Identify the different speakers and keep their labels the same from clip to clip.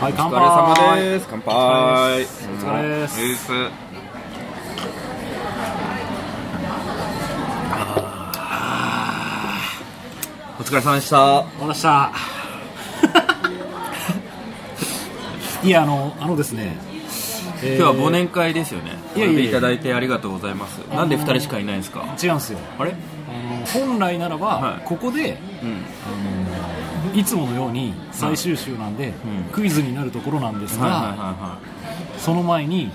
Speaker 1: はい、
Speaker 2: お
Speaker 1: 乾杯
Speaker 2: 疲れ様です乾杯
Speaker 1: お疲れ様です
Speaker 2: うんうんお疲れ様でした
Speaker 1: お待たせしたいやあのあのですね今
Speaker 2: 今日は忘年会ですよね
Speaker 1: いやいやいや
Speaker 2: お呼びいただいてありがとうございますなんで2人しかいないんですか
Speaker 1: 違うんですよ
Speaker 2: あれ
Speaker 1: あの本来ならば、
Speaker 2: はい
Speaker 1: ここで
Speaker 2: うん
Speaker 1: いつものように最終週なんで、
Speaker 2: うん
Speaker 1: クイズになるところなんですが、
Speaker 2: はいはいは
Speaker 1: その前に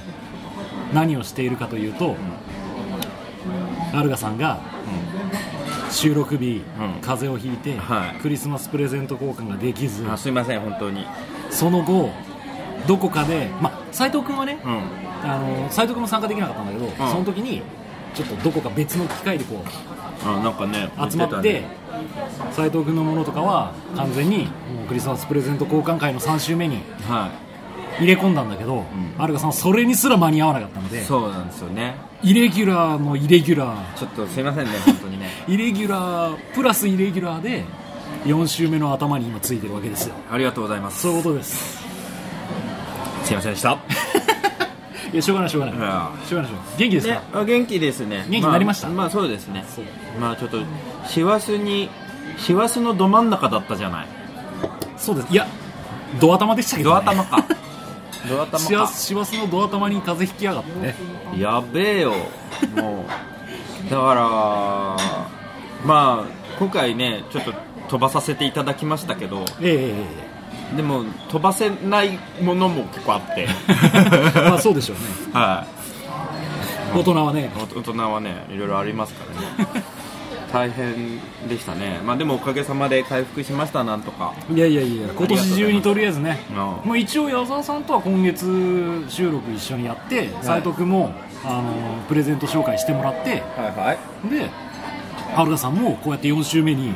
Speaker 1: 何をしているかというと、アルガさんが収録日、
Speaker 2: うん
Speaker 1: 風邪をひいて、
Speaker 2: はい
Speaker 1: クリスマスプレゼント交換ができず
Speaker 2: いはいあすいません本当に
Speaker 1: その後どこかで、まあ、斉藤君はね、
Speaker 2: うん
Speaker 1: あの斉藤君も参加できなかったんだけど、その時にちょっとどこか別の機会でこう
Speaker 2: あなんかね
Speaker 1: 集まって
Speaker 2: 言たね
Speaker 1: 斉藤君のものとかは完全にもうクリスマスプレゼント交換会の3週目に
Speaker 2: は
Speaker 1: 入れ込んだんだけど、
Speaker 2: ん
Speaker 1: アルガさんはそれにすら間に合わなかったので
Speaker 2: いそうなんですよね
Speaker 1: イレギュラーのイレギュラー
Speaker 2: ちょっとすいませんね本当にね
Speaker 1: イレギュラープラスイレギュラーで4週目の頭に今ついてるわけですよ
Speaker 2: ありがとうございます
Speaker 1: そういうこと です
Speaker 2: すいませんでした
Speaker 1: いやしょうがないしょうがない
Speaker 2: いや
Speaker 1: しょうがないしょうがない元気ですか、
Speaker 2: ね、あ元気ですね
Speaker 1: 元気になりました
Speaker 2: あまあそうですね
Speaker 1: そう
Speaker 2: まあちょっと師走に師走のど真ん中だったじゃない
Speaker 1: そうですいやド頭でしたけど、
Speaker 2: ド
Speaker 1: ね、
Speaker 2: 頭か ド頭
Speaker 1: 師
Speaker 2: か
Speaker 1: 走師走のド頭に風邪ひきやがってね
Speaker 2: やべえよもうだからまあ今回ねちょっと飛ばさせていただきましたけど
Speaker 1: えええ
Speaker 2: でも飛ばせないものも結構あって
Speaker 1: えまあそうで しょうね
Speaker 2: はい
Speaker 1: 大人はね
Speaker 2: 大人はねいろいろありますからね大変でしたねまあでもおかげさまで回復しましたなんとか
Speaker 1: いやいやいや今年中にとりあえずね
Speaker 2: うん
Speaker 1: もう一応矢沢さんとは今月収録一緒にやって斎藤君も、あのプレゼント紹介してもらって
Speaker 2: はいはい
Speaker 1: で春田さんもこうやって4週目に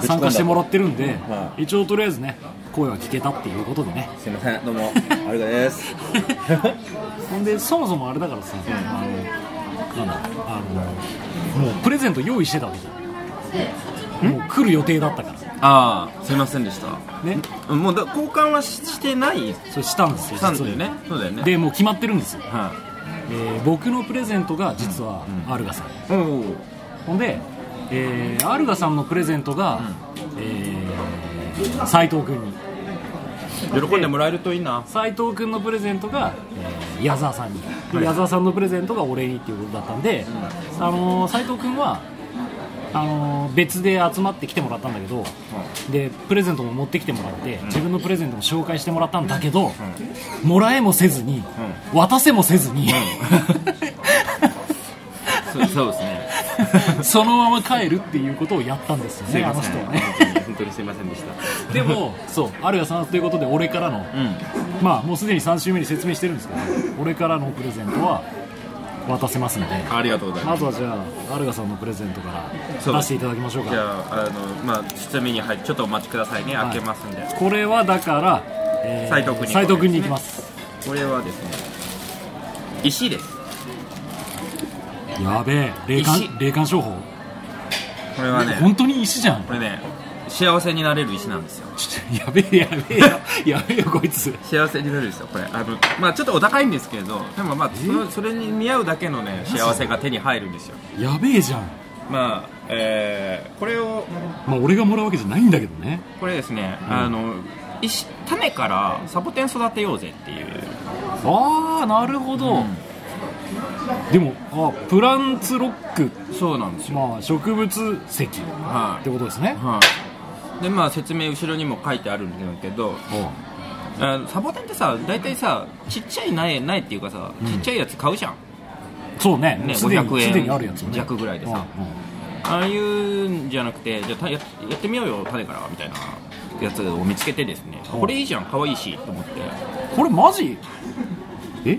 Speaker 1: 参加してもらってるんで、
Speaker 2: は
Speaker 1: 一応とりあえずね声は聞けたっていうことでね
Speaker 2: すいませんどうも ありがとうです
Speaker 1: ほんでそもそもあれだからさ、あのなんだあのもうプレゼント用意してたわけじゃんもう来る予定だったから
Speaker 2: ああすいませんでした
Speaker 1: ね
Speaker 2: もうだ交換はししてない
Speaker 1: それしたんですよ
Speaker 2: したんだよねそうだよね
Speaker 1: 実はでもう決まってるんですよ、
Speaker 2: は
Speaker 1: えー僕のプレゼントが実はアルガさん、
Speaker 2: いおお
Speaker 1: ほんで、えーアルガさんのプレゼントが、えー斉藤君に
Speaker 2: 喜んでもらえるといいな
Speaker 1: 斉藤君のプレゼントが、えー矢沢さんに、で矢沢さんのプレゼントが俺にっていうことだったんで、あのー斉藤君はあのー別で集まってきてもらったんだけど、でプレゼントも持ってきてもらって、自分のプレゼントも紹介してもらったんだけど、もらえもせずに、渡せもせずに、
Speaker 2: そうそうですね
Speaker 1: そのまま帰るっていうことをやったんですよ
Speaker 2: すい
Speaker 1: ね、あ
Speaker 2: ま
Speaker 1: の
Speaker 2: せ
Speaker 1: 人
Speaker 2: ん
Speaker 1: は
Speaker 2: 本当に
Speaker 1: ね。
Speaker 2: 本当にすいませんでした
Speaker 1: でも、そう、あるやさんということで、俺からの、
Speaker 2: うん
Speaker 1: まあ、もうすでに3週目に説明してるんですけど、俺からのプレゼントは渡せますので。
Speaker 2: ありがとうございま
Speaker 1: まずはじゃあアルガさんのプレゼントから
Speaker 2: そう
Speaker 1: 出していただきましょう
Speaker 2: すじ
Speaker 1: か
Speaker 2: ゃああのまあ包みに入ってちょっとお待ちくださいね開けますんで
Speaker 1: これはだから、え
Speaker 2: 斉藤君に
Speaker 1: 斉藤君に行きます
Speaker 2: これはですね石です
Speaker 1: やべえ霊
Speaker 2: 石
Speaker 1: 感霊感商法
Speaker 2: これはね
Speaker 1: 本当に石じゃん
Speaker 2: これね幸せになれる石なんですよ
Speaker 1: ちょっとやべえやべえよやべえよこいつ
Speaker 2: 幸せになれる石よこれあのまあちょっとお高いんですけれどでもまあそのそれに見合うだけのね幸せが手に入るんですよ
Speaker 1: やべえじゃん
Speaker 2: まあえーこれを
Speaker 1: まあ俺がもらうわけじゃないんだけどね
Speaker 2: これですね、あの石種からサボテン育てようぜっていう
Speaker 1: ああなるほど、でもあプランツロック
Speaker 2: そうなんですよ
Speaker 1: まあ植物石って
Speaker 2: はい、
Speaker 1: ことですね
Speaker 2: はい、でまあ説明後ろにも書いてあるんだけどあのサボテンってさ大体さちっちゃい苗苗っていうかさちっちゃいやつ買うじゃん、
Speaker 1: そうね
Speaker 2: ね
Speaker 1: すでに
Speaker 2: 500円
Speaker 1: すでにあるやつをね
Speaker 2: 弱ぐらいでさ
Speaker 1: うんうん
Speaker 2: ああいうんじゃなくてじゃあたややってみようよ種からみたいなやつを見つけてですね
Speaker 1: うん
Speaker 2: これいいじゃん可愛いしと思って
Speaker 1: これマジえ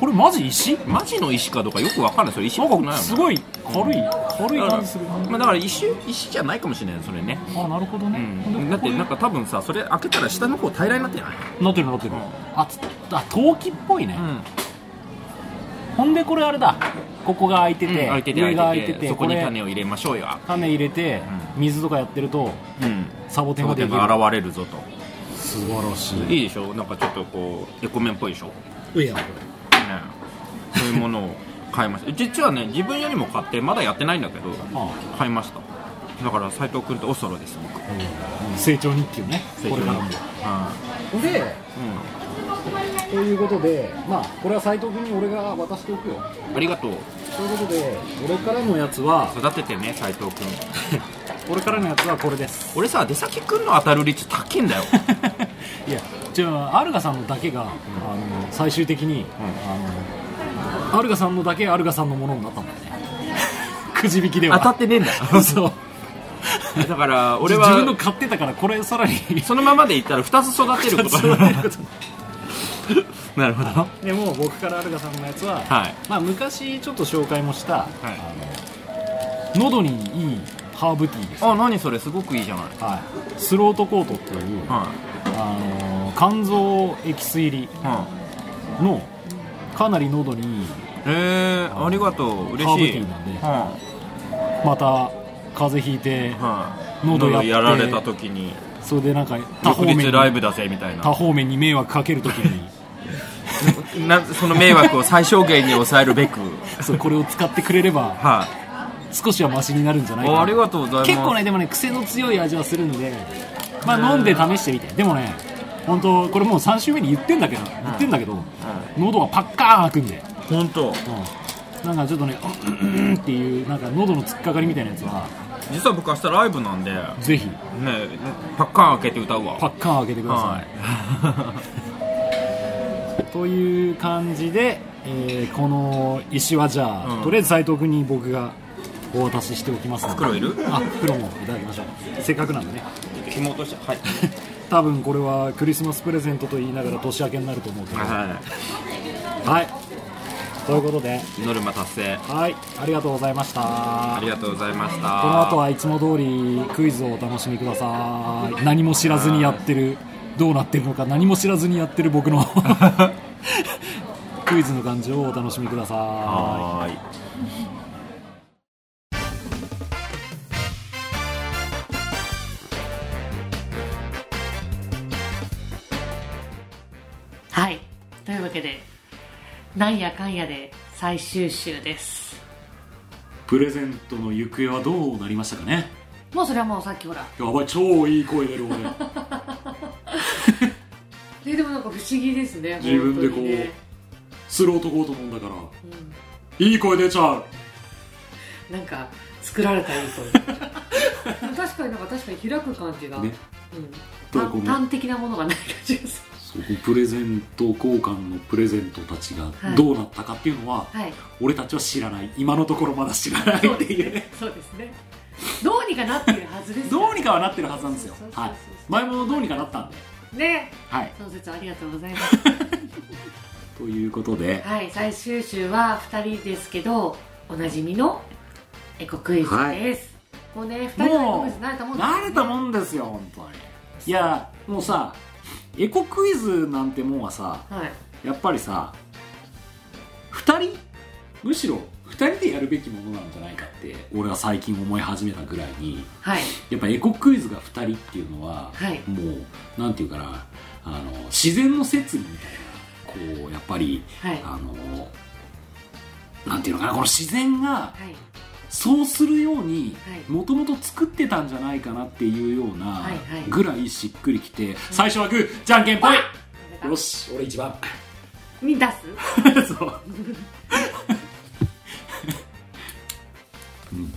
Speaker 1: これマジ石
Speaker 2: マジの石かどうかよくわかんないそれ石っ
Speaker 1: な
Speaker 2: ぽく
Speaker 1: ん
Speaker 2: ない
Speaker 1: か
Speaker 2: もん
Speaker 1: すごい軽い軽い
Speaker 2: だから
Speaker 1: 感じする
Speaker 2: まあ、だから石石じゃないかもしれないそれね、
Speaker 1: あなるほど
Speaker 2: う
Speaker 1: ね、
Speaker 2: ん、
Speaker 1: で
Speaker 2: だってなんか多分さそれ開けたら下の方平らになってない
Speaker 1: なってるなってる、
Speaker 2: うん
Speaker 1: あつあ陶器っぽいね、ほんでこれあれだここが開いてて,、
Speaker 2: 開いてて
Speaker 1: 上が
Speaker 2: 開
Speaker 1: 開
Speaker 2: い
Speaker 1: い
Speaker 2: て
Speaker 1: て
Speaker 2: て
Speaker 1: て
Speaker 2: そこに
Speaker 1: れ
Speaker 2: 種を入れましょうよ、
Speaker 1: 種入れて、水とかやってると
Speaker 2: うん、
Speaker 1: サボテ
Speaker 2: サ
Speaker 1: ンが
Speaker 2: ボ
Speaker 1: で
Speaker 2: テ
Speaker 1: き
Speaker 2: ン
Speaker 1: る
Speaker 2: が現れるぞと
Speaker 1: 素晴らしい
Speaker 2: いいでしょなんかちょっとこうエコメンっぽいでしょ、ね、
Speaker 1: いや
Speaker 2: そういうものを買いました実はね自分よりも買ってまだやってないんだけど
Speaker 1: あ
Speaker 2: 買いましただから斉藤君とおそろです僕
Speaker 1: 成長日記をね
Speaker 2: 成
Speaker 1: こ
Speaker 2: 長
Speaker 1: れ
Speaker 2: 日記
Speaker 1: からも
Speaker 2: は
Speaker 1: で
Speaker 2: いうん
Speaker 1: ということでまあこれは斎藤君に俺が渡しておくよ
Speaker 2: ありがとう
Speaker 1: ということで俺からのやつは
Speaker 2: 育ててね斉藤君
Speaker 1: 俺からのやつはこれです
Speaker 2: 俺さ出先君の当たる率高いんだよ
Speaker 1: いやじゃあアルガさんのだけが、あの最終的に、あのアルガさんのだけアルガさんのものになったんだ よねくじ引きでは
Speaker 2: てねえんだよ
Speaker 1: そう
Speaker 2: だから俺
Speaker 1: 自分の
Speaker 2: は
Speaker 1: 買ってたからこれさらに
Speaker 2: そのままでいったら2つ育てることになる なるほどは
Speaker 1: でも僕からアルガさんのやつは、
Speaker 2: い
Speaker 1: まあ、昔ちょっと紹介もした、
Speaker 2: はい
Speaker 1: あの喉にいいハーブティーです、
Speaker 2: あ何それすごくいいじゃない
Speaker 1: はい、スロートコートっていう、
Speaker 2: は
Speaker 1: あのー肝臓エキス入り
Speaker 2: い、は
Speaker 1: のかなり喉にいい
Speaker 2: い、えー、ありがとう嬉しい
Speaker 1: ハーブティーなんで
Speaker 2: は
Speaker 1: また風邪ひいて
Speaker 2: いはい、
Speaker 1: 喉やっ
Speaker 2: 喉
Speaker 1: て
Speaker 2: やられた時に
Speaker 1: それでなんか多方
Speaker 2: 翌
Speaker 1: 面
Speaker 2: 日
Speaker 1: に
Speaker 2: ライブだぜみたいな
Speaker 1: 多方面に迷惑かけるとき に
Speaker 2: なその迷惑を最小限に抑え るべく
Speaker 1: そうこれを使ってくれれば
Speaker 2: はい、
Speaker 1: 少しはマシになるんじゃないか
Speaker 2: あ
Speaker 1: な
Speaker 2: ありがとうございます
Speaker 1: 結構ねでもね癖の強い味はするんでまあ飲んで試してみてでもね本当これもう3週目に言ってんだけど言ってんだけど喉がパッカーン開くんで、
Speaker 2: 本当
Speaker 1: うん、なんかちょっとねうんうんっていうなんか喉の突っかかりみたいなやつは
Speaker 2: 実は僕明日ライブなんでね
Speaker 1: ぜひ
Speaker 2: パッカン開けて歌うわ
Speaker 1: パッカーン開けてください、 という感じで、えーこの石はじゃあ、
Speaker 2: うん
Speaker 1: とりあえず斎藤君に僕がお渡ししておきますので
Speaker 2: 袋いる
Speaker 1: あ袋もいただきましょうせっかくなんでね
Speaker 2: い紐落としてはい、
Speaker 1: 多分これはクリスマスプレゼントと言いながら年明けになると思うけど は
Speaker 2: はい
Speaker 1: ということで
Speaker 2: い、ノルマ達成
Speaker 1: はいありがとうございました
Speaker 2: ありがとうございました
Speaker 1: この後はいつも通りクイズをお楽しみください何も知らずにやってるどうなってるのか何も知らずにやってる僕の クイズの感じをお楽しみください
Speaker 2: はーい
Speaker 3: はい。というわけで、なんやかんやで最終週です。
Speaker 1: プレゼントの行方はどうなりましたかね
Speaker 3: もうそれはもうさっきほら。
Speaker 1: やばい超いい声出る俺
Speaker 3: えでもなんか不思議ですね。
Speaker 1: 自分でこう
Speaker 3: 本当にね
Speaker 1: スロートコート飲んだからいい声出ちゃう
Speaker 3: うん、なんか作られたい い声。でも確かになんか確かに開く感じが。
Speaker 1: ね
Speaker 3: うん
Speaker 1: ただこう
Speaker 3: 端端的なものがない感じがす
Speaker 1: そこプレゼント交換のプレゼントたちが
Speaker 3: はい
Speaker 1: どうなったかっていうのは、
Speaker 3: る。はい。
Speaker 1: 俺たちは知らない今のところまだ知らない
Speaker 3: そう
Speaker 1: って
Speaker 3: です
Speaker 1: いうね
Speaker 3: ね。そうですね。どうにかなっているはずです。
Speaker 1: どうにかはなってるはずなんですよ
Speaker 3: そうそうそう
Speaker 1: はい前もどうにかなったんで
Speaker 3: ね。
Speaker 1: はい
Speaker 3: その説ありがとうございます。
Speaker 1: ということで
Speaker 3: はい、最終週は2人ですけどおなじみのエコクイズです、
Speaker 1: はい
Speaker 3: もうね2人のエコクイズ慣れたもんですね
Speaker 1: 慣れたもんですよ本当にいやもうさエコクイズなんてもんはさ
Speaker 3: はい
Speaker 1: やっぱりさ2人むしろ2人でやるべきものなんじゃないかって俺は最近思い始めたぐらいに
Speaker 3: はい
Speaker 1: やっぱエコクイズが2人っていうのは、
Speaker 3: はい
Speaker 1: もうなんていうかなあの自然の説理みたいなこうやっぱり
Speaker 3: はいは
Speaker 1: あのなんていうのかなこの自然が
Speaker 3: い
Speaker 1: そうするように
Speaker 3: はい
Speaker 1: もともと作ってたんじゃないかなっていうような
Speaker 3: はいはい
Speaker 1: ぐらいしっくりきて、最初はグーじゃんけんぽい
Speaker 3: これ
Speaker 1: よ
Speaker 3: が
Speaker 1: し俺一番
Speaker 3: に出す
Speaker 1: そう、 うん、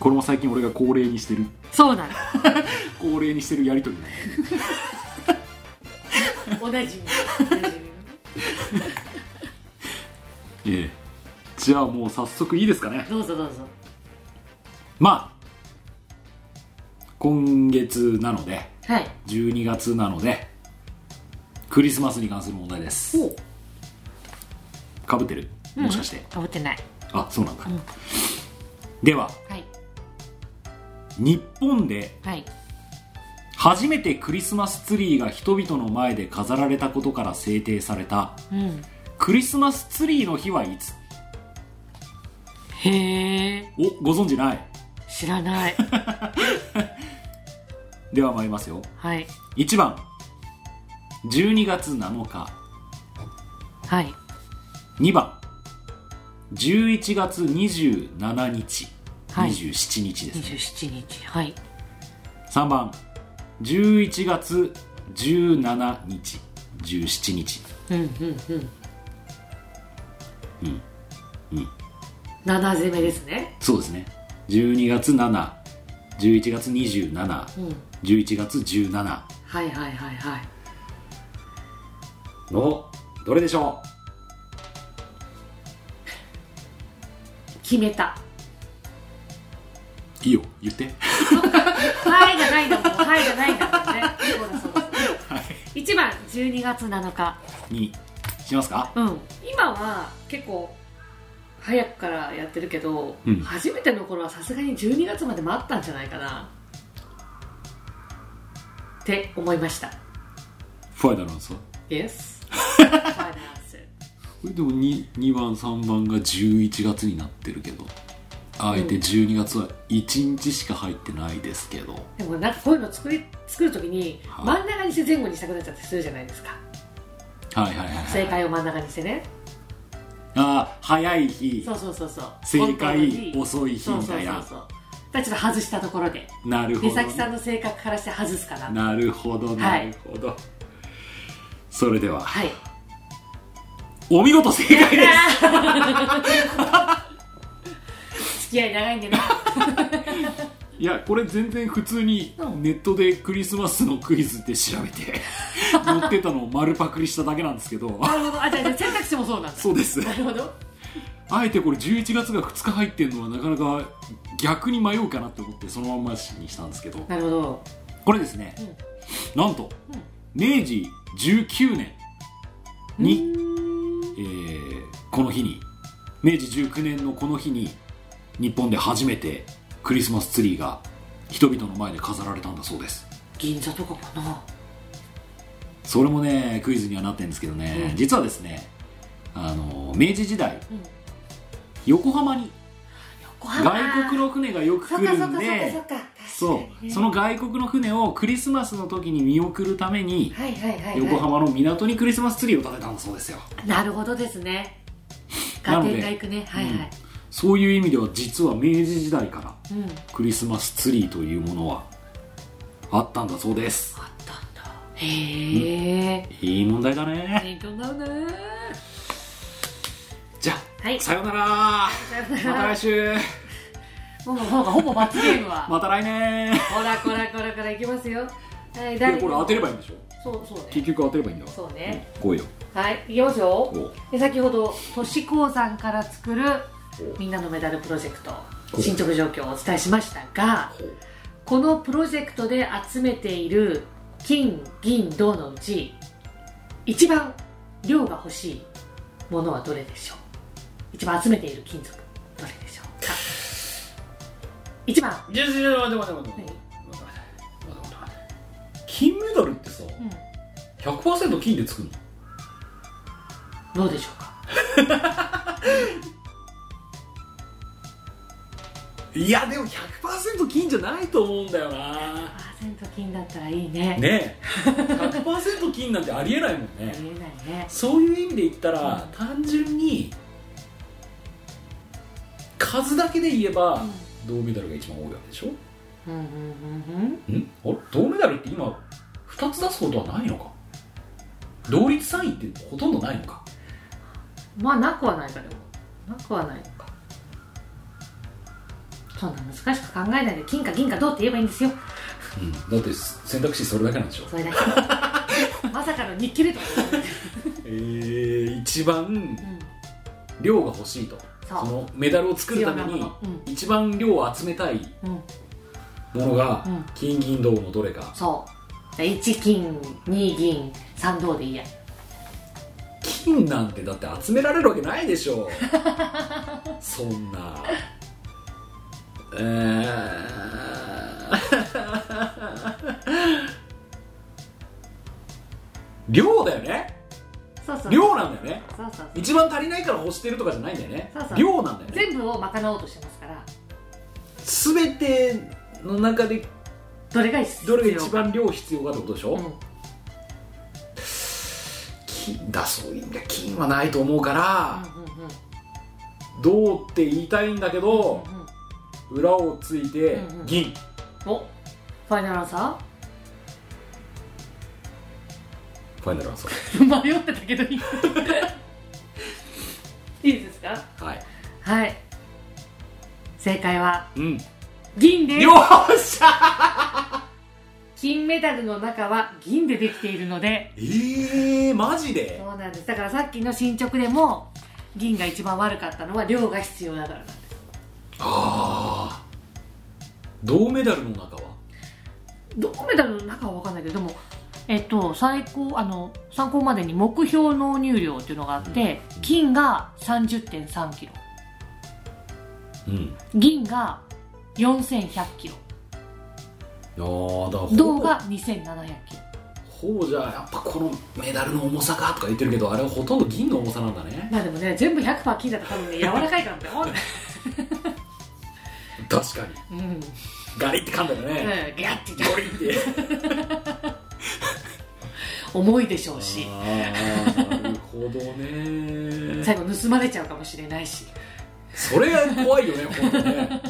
Speaker 1: これも最近俺が恒例にしてる
Speaker 3: そうなの
Speaker 1: 恒例にしてるやりとりだね
Speaker 3: おなじみおなじみ
Speaker 1: ええじゃあもう早速いいですかね
Speaker 3: どうぞどうぞ
Speaker 1: まあ今月なので
Speaker 3: はい
Speaker 1: 12月なのでクリスマスに関する問題ですかぶってるもしかして、
Speaker 3: かぶってない
Speaker 1: あそうなんだ、
Speaker 3: ん
Speaker 1: では
Speaker 3: はい
Speaker 1: 日本で
Speaker 3: はい
Speaker 1: 初めてクリスマスツリーが人々の前で飾られたことから制定された
Speaker 3: うん
Speaker 1: クリスマスツリーの日はいつ
Speaker 3: へえ
Speaker 1: おご存知ない
Speaker 3: 知 らない
Speaker 1: では参りますよ
Speaker 3: はい
Speaker 1: 1番12月7日
Speaker 3: はい
Speaker 1: 2番11月27日、
Speaker 3: はい
Speaker 1: 27日ですね
Speaker 3: 27日はい
Speaker 1: 3番11月17日17日
Speaker 3: うんうんうん7攻めですね
Speaker 1: そうですね12月711月2711
Speaker 3: うん
Speaker 1: 月17
Speaker 3: はいはいはいはい
Speaker 1: のどれでしょ
Speaker 3: 決め
Speaker 1: う
Speaker 3: た
Speaker 1: いいよ言って
Speaker 3: はいじゃないのもうはいじゃないんだもんねそうだそう だ1番12月7日
Speaker 1: にしますか
Speaker 3: うん今は結構早くからやってるけど、
Speaker 1: うん
Speaker 3: 初めての頃はさすがに12月まで待ったんじゃないかなって思いました
Speaker 1: ファイナルアンサー
Speaker 3: Yes ファイナンス
Speaker 1: これでも 2, 2番3番が11月になってるけどあえて12月は1日しか入ってないですけど、
Speaker 3: でもなんかこういうの作り作るときに
Speaker 1: はい
Speaker 3: 真ん中にして前後にしたくなっちゃってするじゃないですか
Speaker 1: はいはいはいはい
Speaker 3: 正解を真ん中にしてね
Speaker 1: あー早い日
Speaker 3: そうそうそうそう
Speaker 1: 正
Speaker 3: 本当の日
Speaker 1: 解遅い日
Speaker 3: そう
Speaker 1: み
Speaker 3: そう
Speaker 1: たい
Speaker 3: そう
Speaker 1: な
Speaker 3: そうだからちょっと外したところで
Speaker 1: なるほ
Speaker 3: 美
Speaker 1: どね、
Speaker 3: 咲さんの性格からして外すかな
Speaker 1: なるほどなるほど、それでは
Speaker 3: はい
Speaker 1: お見事正 解です
Speaker 3: 付き合い長いんでね
Speaker 1: いやこれ全然普通に
Speaker 3: うん
Speaker 1: ネットでクリスマスのクイズって調べ て載ってたのを丸パクリしただけなんですけど
Speaker 3: なるほどあじゃあじゃあ選択肢もそうなんだ
Speaker 1: そうです
Speaker 3: なるほど
Speaker 1: あえてこれ11月が2日入ってるのはなかなか逆に迷うかなと思ってそのまんまにしたんですけど
Speaker 3: なるほど
Speaker 1: これですね、なんと、
Speaker 3: うん
Speaker 1: 明治19年に、えーこの日に明治19年のこの日に日本で初めてクリスマスツリーが人々の前で飾られたんだそうです
Speaker 3: 銀座とかかな
Speaker 1: それもねクイズにはなってるんですけどね、
Speaker 3: うん
Speaker 1: 実はですねあの明治時代、
Speaker 3: うん
Speaker 1: 横浜に
Speaker 3: 横浜
Speaker 1: 外国の船がよく来
Speaker 3: そっ
Speaker 1: る
Speaker 3: かそっ
Speaker 1: んで
Speaker 3: かそっかそっか
Speaker 1: そうそ
Speaker 3: の
Speaker 1: の外国の船をクリスマスの時に見送るために
Speaker 3: はいはいはい、はい、
Speaker 1: 横浜の港にクリスマスツリーを建てたんだそうですよ
Speaker 3: なるほどですね
Speaker 1: な
Speaker 3: 合
Speaker 1: ので
Speaker 3: 点がいくねはいはい、
Speaker 1: そういう意味では実は明治時代から
Speaker 3: うんあ
Speaker 1: クリスマスツリーというものはあったんだそうです
Speaker 3: ったんだへえ
Speaker 1: いい問題だね
Speaker 3: 勉強になるね
Speaker 1: じゃあ、
Speaker 3: はい
Speaker 1: さようならまた来週
Speaker 3: もうほぼほぼ罰ゲームは
Speaker 1: また来年
Speaker 3: ほらこらこらこらいきますよはい
Speaker 1: で
Speaker 3: 第
Speaker 1: もこれ当てればいいんでしょ
Speaker 3: そうそうね
Speaker 1: 結局当てればいいんだから
Speaker 3: そうね
Speaker 1: こうよ
Speaker 3: はいいきますよ
Speaker 1: こ
Speaker 3: で先ほど都市鉱山から作るみんなのメダルプロジェクト進捗状況をお伝えしましたがこのプロジェクトで集めている金銀銅のうち一番量が欲しいものはどれでしょう一番集めている金属どれでしょうか一番
Speaker 2: いやいや待って待って待
Speaker 3: って
Speaker 1: 金メダルってさ
Speaker 3: うん
Speaker 1: 100%金で作るの
Speaker 3: どうでしょうか
Speaker 1: いやでも100%金じゃないと思うんだよな
Speaker 3: パーセント金だったらいいね
Speaker 1: ねえ100%金なんてありえないもん
Speaker 3: あ
Speaker 1: ね
Speaker 3: りえないね
Speaker 1: そういう意味で言ったら、単純に数だけで言えば、銅メダルが一番多いわけでしょ
Speaker 3: うんうんうんうん
Speaker 1: んあれ銅メダルって今2つ出すことはないのか同率3位ってほとんどないのか
Speaker 3: まあなくはないかでもなくはないのかそんな難しく考えないで金か銀かどうって言えばいいんですよ
Speaker 1: うんだって選択肢それだけなんでしょ
Speaker 3: それだ けまさかの日記でとか
Speaker 1: えー、一番
Speaker 3: うん
Speaker 1: 量が欲しいと
Speaker 3: そ
Speaker 1: そ
Speaker 3: う
Speaker 1: のメダルを作るため
Speaker 3: 必要
Speaker 1: に
Speaker 3: なもの
Speaker 1: 一番量を集めたい
Speaker 3: うんうん
Speaker 1: ものが
Speaker 3: うん
Speaker 1: 金銀銅のどれか
Speaker 3: そう1金2銀3銅でいいや
Speaker 1: 金なんてだって集められるわけないでし ょそんなえー量だよね
Speaker 3: そうそう
Speaker 1: 量なんだよね
Speaker 3: そうそうそう
Speaker 1: 一番足りないから欲してるとかじゃないんだよね
Speaker 3: そうそう
Speaker 1: 量なんだよね
Speaker 3: 全部を賄おうとしてますから
Speaker 1: 全ての中で
Speaker 3: どれが必要
Speaker 1: どれが一番量必要かってことでしょ、
Speaker 3: うん
Speaker 1: 金だそういうんだ金はないと思うから、どうって言いたいんだけど
Speaker 3: うんうん
Speaker 1: 裏をついて
Speaker 3: うんうん
Speaker 1: 銀、
Speaker 3: おファイナルアンサ
Speaker 1: ファイナルアンサー
Speaker 3: ー 迷ってたけどいいいいですか
Speaker 1: はい、
Speaker 3: はい正解は
Speaker 1: うん、
Speaker 3: 銀です
Speaker 1: よっしゃ
Speaker 3: 金メダルの中は銀でできているので
Speaker 1: えー、マジで
Speaker 3: そうなんですだからさっきの進捗でも銀が一番悪かったのは量が必要だからなんです
Speaker 1: ああ銅メダルの中は
Speaker 3: 銅メダルの中は分かんないけどでもえっと最高あの参考までに目標納入量っていうのがあって、金が3 0 3キロ
Speaker 1: うん
Speaker 3: 銀が4 1 0 0キロ
Speaker 1: ああだからほ
Speaker 3: 銅が2 7 0 0キロ
Speaker 1: ほうじゃやっぱこのメダルの重さかとか言ってるけどあれはほとんど銀の重さなんだね
Speaker 3: まあでもね全部100%金だと多分ね柔らかいからね
Speaker 1: 確かに
Speaker 3: うん、うん、ギ
Speaker 1: ガリって噛んだよね、
Speaker 3: ャッて
Speaker 1: ゴリって
Speaker 3: 重いでしょうし
Speaker 1: あーなるほどね
Speaker 3: 最後盗まれちゃうかもしれないし
Speaker 1: それが怖いよね本当ね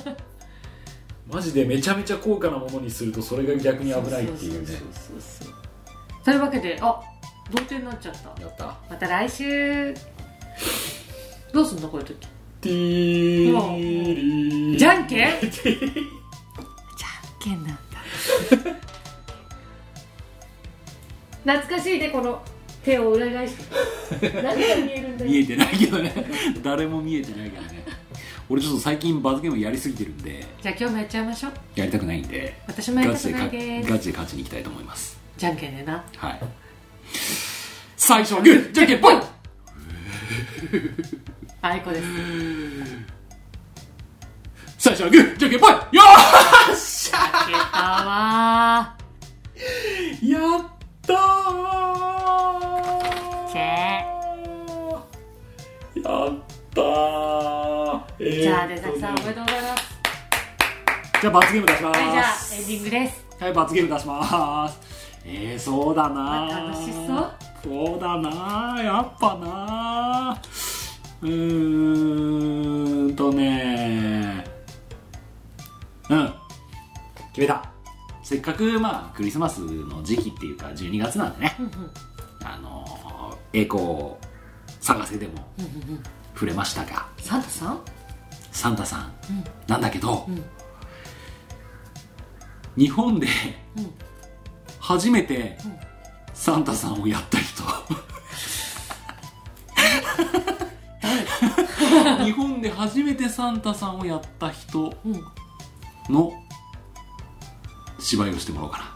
Speaker 1: マジでめちゃめちゃ高価なものにするとそれが逆に危ないっていうね
Speaker 3: そうそうそうそうというわけであ同点になっちゃった
Speaker 1: やった
Speaker 3: また来週どうすんのこういう時
Speaker 1: ティーリー
Speaker 3: じゃんけんじゃんけんなんだ 懐かしいねこの手を裏 返して何が見えるんだよ
Speaker 1: 見えてないけどね 誰も見えてないけどね俺ちょっと最近バズゲームやりすぎてるんで
Speaker 3: じゃあ今日もやっちゃいましょう
Speaker 1: やりたくないんで
Speaker 3: 私もやり
Speaker 1: ガ
Speaker 3: た
Speaker 1: チ
Speaker 3: く
Speaker 1: で
Speaker 3: ない
Speaker 1: か
Speaker 3: です
Speaker 1: ガチで勝ちにいきたいと思います
Speaker 3: じゃんけんでな
Speaker 1: はい最初はグーじゃんけんぽい
Speaker 3: あいこです
Speaker 1: 最初はグーじゃんけんぽいよーし
Speaker 3: 負けたわ
Speaker 1: やったー
Speaker 3: ーチェー
Speaker 1: やったー、えー
Speaker 3: じゃあ出崎さんおめでとうございます
Speaker 1: じゃあ罰ゲーム出しま
Speaker 3: はいじゃあエン
Speaker 1: す
Speaker 3: ディングです
Speaker 1: はい罰ゲーム出しますえー、そうだなー
Speaker 3: 楽しそう
Speaker 1: そうだなーやっぱなーうーんとねーうん決めたせっかくまあクリスマスの時期っていうか12月なんでね
Speaker 3: うんうん
Speaker 1: あのー、栄光を探せでも
Speaker 3: うんうんうん
Speaker 1: 触れましたが
Speaker 3: サンタさん
Speaker 1: サンタさん
Speaker 3: うん
Speaker 1: なんだけど、
Speaker 3: うん
Speaker 1: 日本で
Speaker 3: うん
Speaker 1: 初めて
Speaker 3: ん
Speaker 1: サンタさんをやった人 日本で初めてサンタさんをやった人
Speaker 3: うん
Speaker 1: の芝居をしてもらおうかな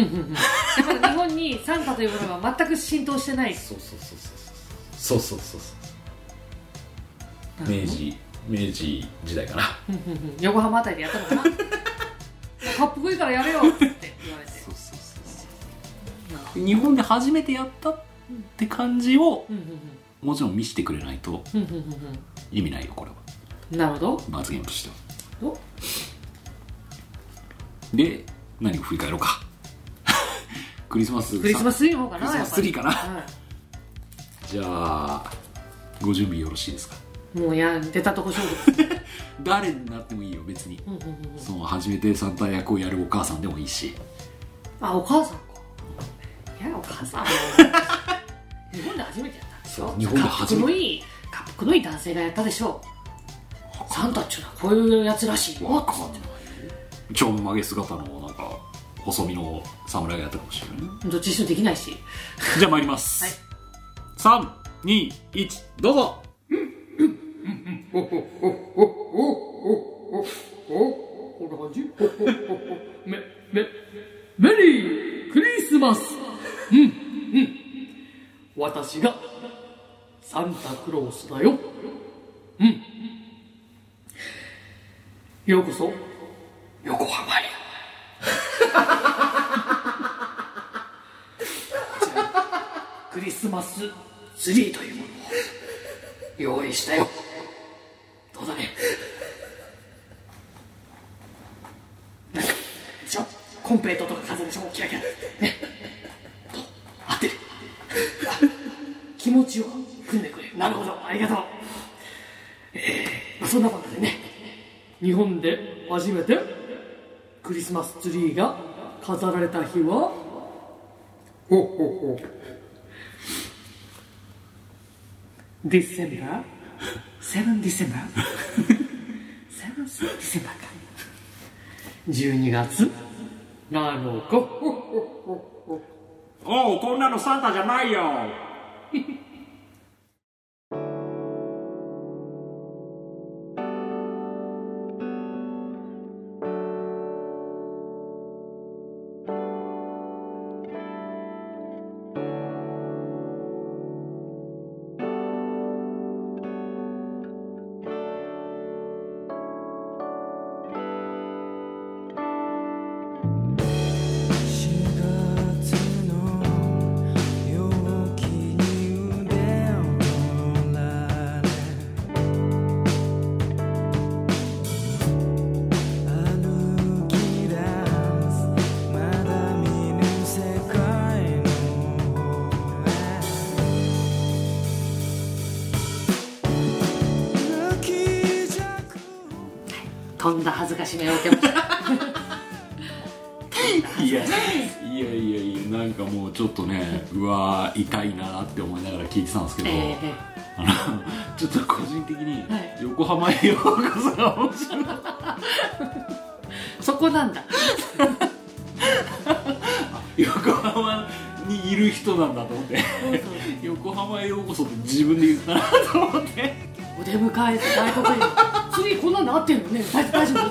Speaker 3: うんうんうんだから日本にサンタというものが全く浸透してない
Speaker 1: そうそうそうそうそうそうそうそう明治明治時代かな
Speaker 3: うんうんうん横浜あたりでやったのかなかっこいいからやれよって言われて
Speaker 1: そうそうそうそう日本で初めてやったって感じを
Speaker 3: うん
Speaker 1: もちろん見せてくれないと
Speaker 3: うんうんうんうんうん
Speaker 1: 意味ないよこれは
Speaker 3: うんなるほど
Speaker 1: 罰ゲームとしては
Speaker 3: お
Speaker 1: で何を振り返ろうか クリスマス
Speaker 3: クリスマ
Speaker 1: ス
Speaker 3: スイブの方か
Speaker 1: ク
Speaker 3: な
Speaker 1: リスマス
Speaker 3: やっぱ
Speaker 1: ツ
Speaker 3: り
Speaker 1: リーかな
Speaker 3: は
Speaker 1: じゃあご準備よろしいですか
Speaker 3: いもうやん出たとこ勝負です
Speaker 1: 誰になってもいいよ別に
Speaker 3: うんうんうんうん
Speaker 1: その初めてサンタ役をやるお母さんでもいいし
Speaker 3: あお母さんかいやお母さん日本で初めてやったんでしょ
Speaker 1: そう日本で初めて
Speaker 3: かっこのいいかっこのいい男性がやったでしょうサンタっちゅうのはこういうやつらしいよ
Speaker 1: わかんないちょんまげ姿のなんか細身の侍がやったかもしれないね
Speaker 3: どっちにしてもできないし
Speaker 1: じゃあ参ります、321どうぞ
Speaker 4: メリークリスマスうん、うん。私が、サンタクロースだよ。うん。ようこそ、横浜へ。 クリスマスツリーというものを用意したよ。どうだねでしょコンペイトとか飾るでしょキラキラねと合ってる持ちを組んでくれるなるほどありがとう、えーそんなことでね日本で初めてクリスマスツリーが飾られた日はほうほうほう December 7 December 7 December か12月7日ほうほう
Speaker 1: おうこんなのサンタじゃないよ
Speaker 5: 4月の陽気に腕を取られ歩き出すまだ見ぬ世界の方へ泣きじゃく
Speaker 3: とんだ恥ずかしめを受けました
Speaker 1: いやいやいやいやなんかもうちょっとねうわー痛いなって思いながら聞いてたんですけど、
Speaker 3: ええ
Speaker 1: あのちょっと個人的に
Speaker 3: はい
Speaker 1: 横浜へようこそが面白い
Speaker 3: そこなんだ
Speaker 1: 横浜にいる人なんだと思って横浜へようこそって自分で言ったなと思って
Speaker 3: お出迎え外 国人ツリーこんなの合ってるのね大大丈夫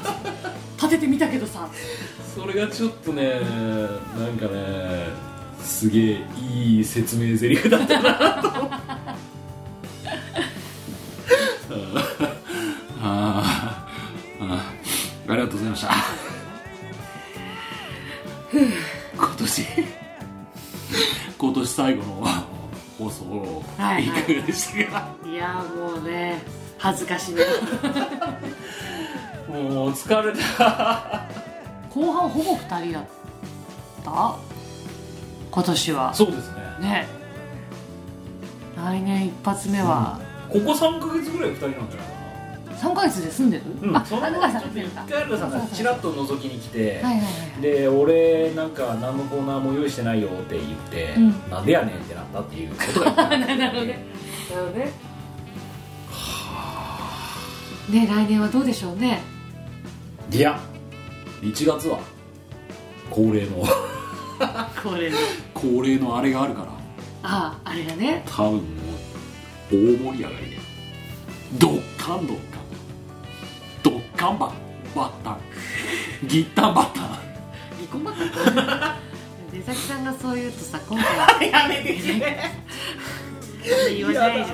Speaker 3: 立ててみたけどさ
Speaker 1: それがちょっとねなんかねすげえいい説明セリフだったなと思って あーあーありがとうございました今年今年最後の放送を
Speaker 3: はい
Speaker 1: い
Speaker 3: はい
Speaker 1: かがでしたか
Speaker 3: いやもうね恥ずかしめ
Speaker 1: もう疲れた
Speaker 3: 後半ほぼ2人だった今年は
Speaker 1: そうですね
Speaker 3: ね来年一発目は
Speaker 1: ここ3か月ぐらい2人なんじゃないかな
Speaker 3: 3ヶ月で住んでる、あ
Speaker 1: そ
Speaker 3: 三
Speaker 1: の
Speaker 3: ヶ月で住んでる
Speaker 1: 一
Speaker 3: かはい
Speaker 1: 回原さんがちらっと覗きに来て
Speaker 3: はいはい
Speaker 1: で俺なんか何のコーナーも用意してないよって言って、
Speaker 3: うん
Speaker 1: なんでやねんってなったっていうことが
Speaker 3: なるほどねなるほどねね来年はどうでしょうね
Speaker 1: いや1月は恒例の
Speaker 3: これね
Speaker 1: 恒例のあれがあるから
Speaker 3: あああれだね
Speaker 1: 多分もう大盛り上がりでドッカンドッカンドッカンババッタン ギッタンバッタン
Speaker 3: 離婚ばっか出崎さんがそう言うとさ今回は やめてくれ言わないじ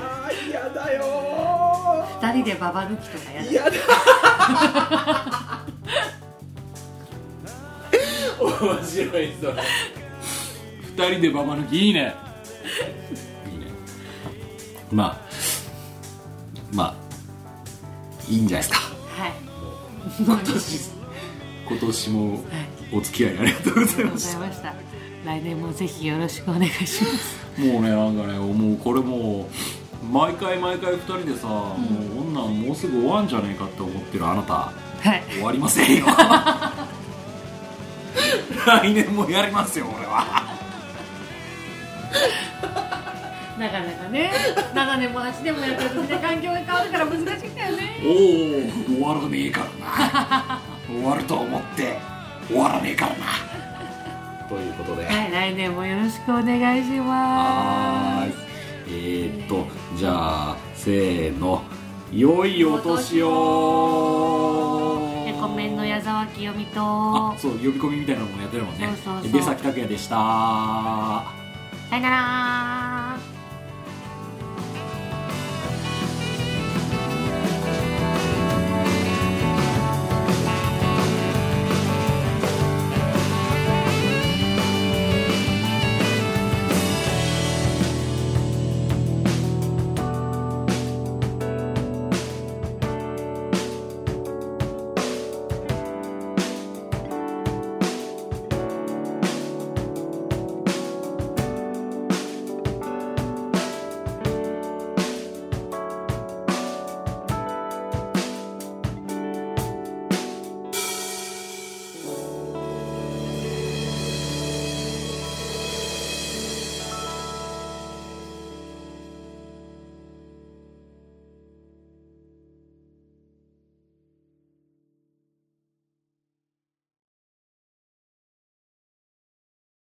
Speaker 3: ゃん
Speaker 2: やだよ
Speaker 3: 二人でババ抜きとかやだ
Speaker 2: やだ
Speaker 1: 面白いそれ2人でババ抜きいいねいいねまあまあいいんじゃないですか
Speaker 3: はい
Speaker 1: 今年今年もお付き合いありがとうござい
Speaker 3: ご
Speaker 1: ま
Speaker 3: ざ
Speaker 1: し
Speaker 3: いました来年もぜひよろしくお願いします
Speaker 1: たもうねなんかねもうこれもう毎回毎回2人でさ、もう女もうすぐ終わんじゃねえかって思ってるあなた
Speaker 3: はい
Speaker 1: 終わりませんよ来年もやりますよ俺は
Speaker 3: なかなか ね7年も8年もやってるとね環境が変わるから難しいんだよね
Speaker 1: おお終わらねえからな終わると思って終わらねえからなということで
Speaker 3: はい来年もよろしくお願いし
Speaker 1: は
Speaker 3: ま
Speaker 1: ーいえー、っとじゃあせーの良いお年を
Speaker 3: すコメンの矢沢清美と
Speaker 1: あそう呼び込みみたいなのもやってるもんね
Speaker 3: そうそうそう
Speaker 1: 出崎拓也でした
Speaker 3: さよなら